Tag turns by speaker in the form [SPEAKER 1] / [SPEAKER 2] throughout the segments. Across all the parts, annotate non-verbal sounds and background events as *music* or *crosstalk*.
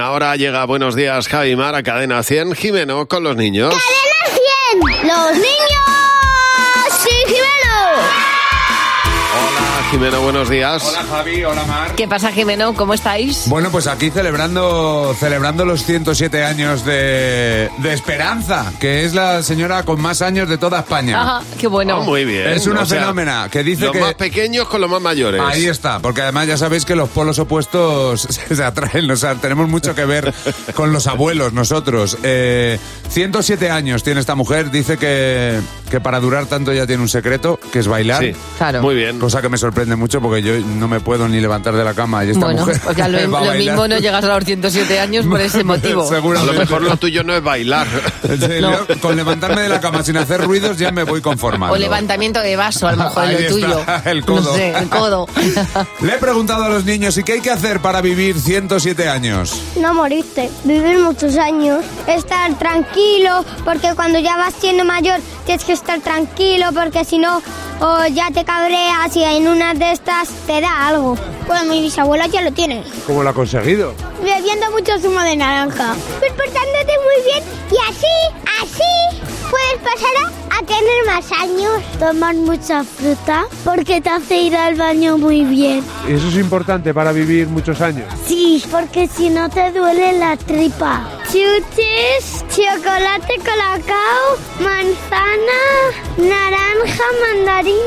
[SPEAKER 1] Ahora llega Buenos Días Javi Mar a Cadena 100, Jimeno con los niños.
[SPEAKER 2] ¡Cadena 100! ¡Los niños! ¡Sí,
[SPEAKER 1] Hola Jimeno, buenos días. Ah,
[SPEAKER 3] Hola Javi, hola Mar.
[SPEAKER 4] ¿Qué pasa, Jimeno? ¿Cómo estáis?
[SPEAKER 3] Bueno, pues aquí celebrando, celebrando los 107 años de, de Esperanza, que es la señora con más años de toda España.
[SPEAKER 4] Ajá, qué bueno.
[SPEAKER 1] Oh, muy bien.
[SPEAKER 3] Es una
[SPEAKER 1] O sea,
[SPEAKER 3] fenómena que dice
[SPEAKER 1] los
[SPEAKER 3] que...
[SPEAKER 1] más pequeños con los más mayores.
[SPEAKER 3] Ahí está, porque además ya sabéis que los polos opuestos *laughs* se atraen, o sea, tenemos mucho que ver con los abuelos nosotros. Eh, 107 años tiene esta mujer, dice que, que para durar tanto ya tiene un secreto, que es bailar.
[SPEAKER 1] Sí,
[SPEAKER 4] Claro.
[SPEAKER 1] Muy bien.
[SPEAKER 3] Cosa que me sorprende mucho porque yo no me puedo ni levantar de la cama y esta
[SPEAKER 4] bueno,
[SPEAKER 3] mujer
[SPEAKER 4] porque a lo,
[SPEAKER 3] *laughs* va a
[SPEAKER 4] lo
[SPEAKER 3] bailar.
[SPEAKER 4] mismo no llegas a los 107 años por
[SPEAKER 3] *laughs*
[SPEAKER 4] ese motivo.
[SPEAKER 1] A
[SPEAKER 3] Seguramente.
[SPEAKER 1] lo mejor lo tuyo no es bailar. *laughs*
[SPEAKER 3] En serio, Con levantarme de la cama sin hacer ruidos ya me voy conformando.
[SPEAKER 4] O levantamiento de vaso, a lo mejor
[SPEAKER 3] Ahí
[SPEAKER 4] lo tuyo.
[SPEAKER 3] está, *laughs* el codo.
[SPEAKER 4] No sé,
[SPEAKER 3] *laughs*
[SPEAKER 4] el codo.
[SPEAKER 3] Le he preguntado a los niños, ¿y qué hay que hacer para vivir 107 años?
[SPEAKER 2] No moriste. Vivir muchos años. Estar tranquilo, porque cuando ya vas siendo mayor tienes que estar tranquilo, porque si no o ya te cabreas y en una de estas te da algo. Pues mi bisabuela ya lo tiene.
[SPEAKER 3] ¿Cómo lo ha conseguido?
[SPEAKER 2] Bebiendo mucho zumo de naranja. Comportándote muy bien y así, así puedes pasar a, tener más años. Tomar mucha fruta porque te hace ir al baño muy bien.
[SPEAKER 5] Eso es importante para vivir muchos años.
[SPEAKER 2] Sí, porque si no te duele la tripa. Chuches, chocolate, colacao, manzana, naranja, mandarina.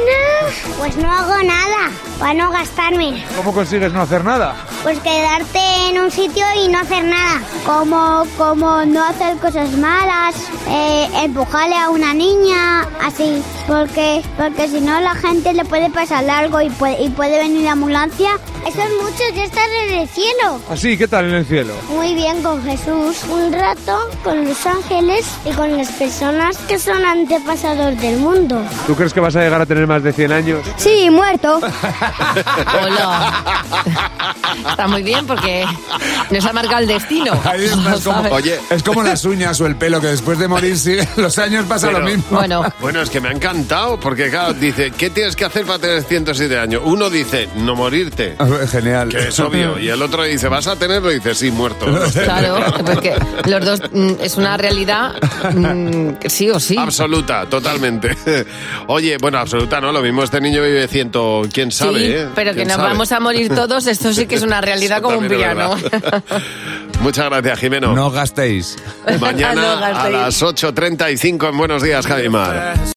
[SPEAKER 2] Pues no hago nada para no gastarme.
[SPEAKER 5] ¿Cómo consigues no hacer nada?
[SPEAKER 2] Pues quedarte en un sitio y no hacer nada. Como, como no hacer cosas malas, eh, empujarle a una niña, así. Porque, porque si no la gente le puede pasar largo y puede, y puede venir la ambulancia. Eso es mucho, ya estás en el cielo.
[SPEAKER 5] Así, ¿qué tal en el cielo?
[SPEAKER 2] Muy bien con Jesús, un rato con los ángeles y con las personas que son antepasados del mundo.
[SPEAKER 5] ¿Tú crees que vas a llegar a tener más de 100 años?
[SPEAKER 2] Sí, muerto.
[SPEAKER 4] Hola. Está muy bien porque nos ha marcado el destino.
[SPEAKER 3] *laughs* Ahí está, es como,
[SPEAKER 1] Oye.
[SPEAKER 3] es como las uñas o el pelo, que después de morir siguen los años pasa
[SPEAKER 1] Pero-
[SPEAKER 3] lo mismo.
[SPEAKER 4] Bueno,
[SPEAKER 1] Bueno, es que me ha encantado porque, claro, dice, ¿qué tienes que hacer para tener 107 años? Uno dice, no morirte,
[SPEAKER 3] *laughs* Genial.
[SPEAKER 1] que es obvio. Y el otro dice, ¿vas a tenerlo? Y dice, sí, muerto.
[SPEAKER 4] claro, porque los dos mm, es una realidad mm, que sí o sí.
[SPEAKER 3] Ah, pues,
[SPEAKER 1] Absoluta, totalmente. *laughs* Oye, bueno, absoluta no, lo mismo este niño vive ciento, quién sabe,
[SPEAKER 4] Sí,
[SPEAKER 1] ¿eh?
[SPEAKER 4] pero que
[SPEAKER 1] ¿Quién
[SPEAKER 4] nos
[SPEAKER 1] sabe?
[SPEAKER 4] vamos a morir todos, esto sí que es una realidad
[SPEAKER 1] Eso
[SPEAKER 4] como un
[SPEAKER 1] también es
[SPEAKER 4] piano.
[SPEAKER 1] verdad.
[SPEAKER 4] *laughs*
[SPEAKER 1] Muchas gracias, Jimeno.
[SPEAKER 3] No gastéis.
[SPEAKER 1] Mañana
[SPEAKER 4] No
[SPEAKER 1] a
[SPEAKER 4] gastéis.
[SPEAKER 1] las 8.35 en Buenos Días, Javimar.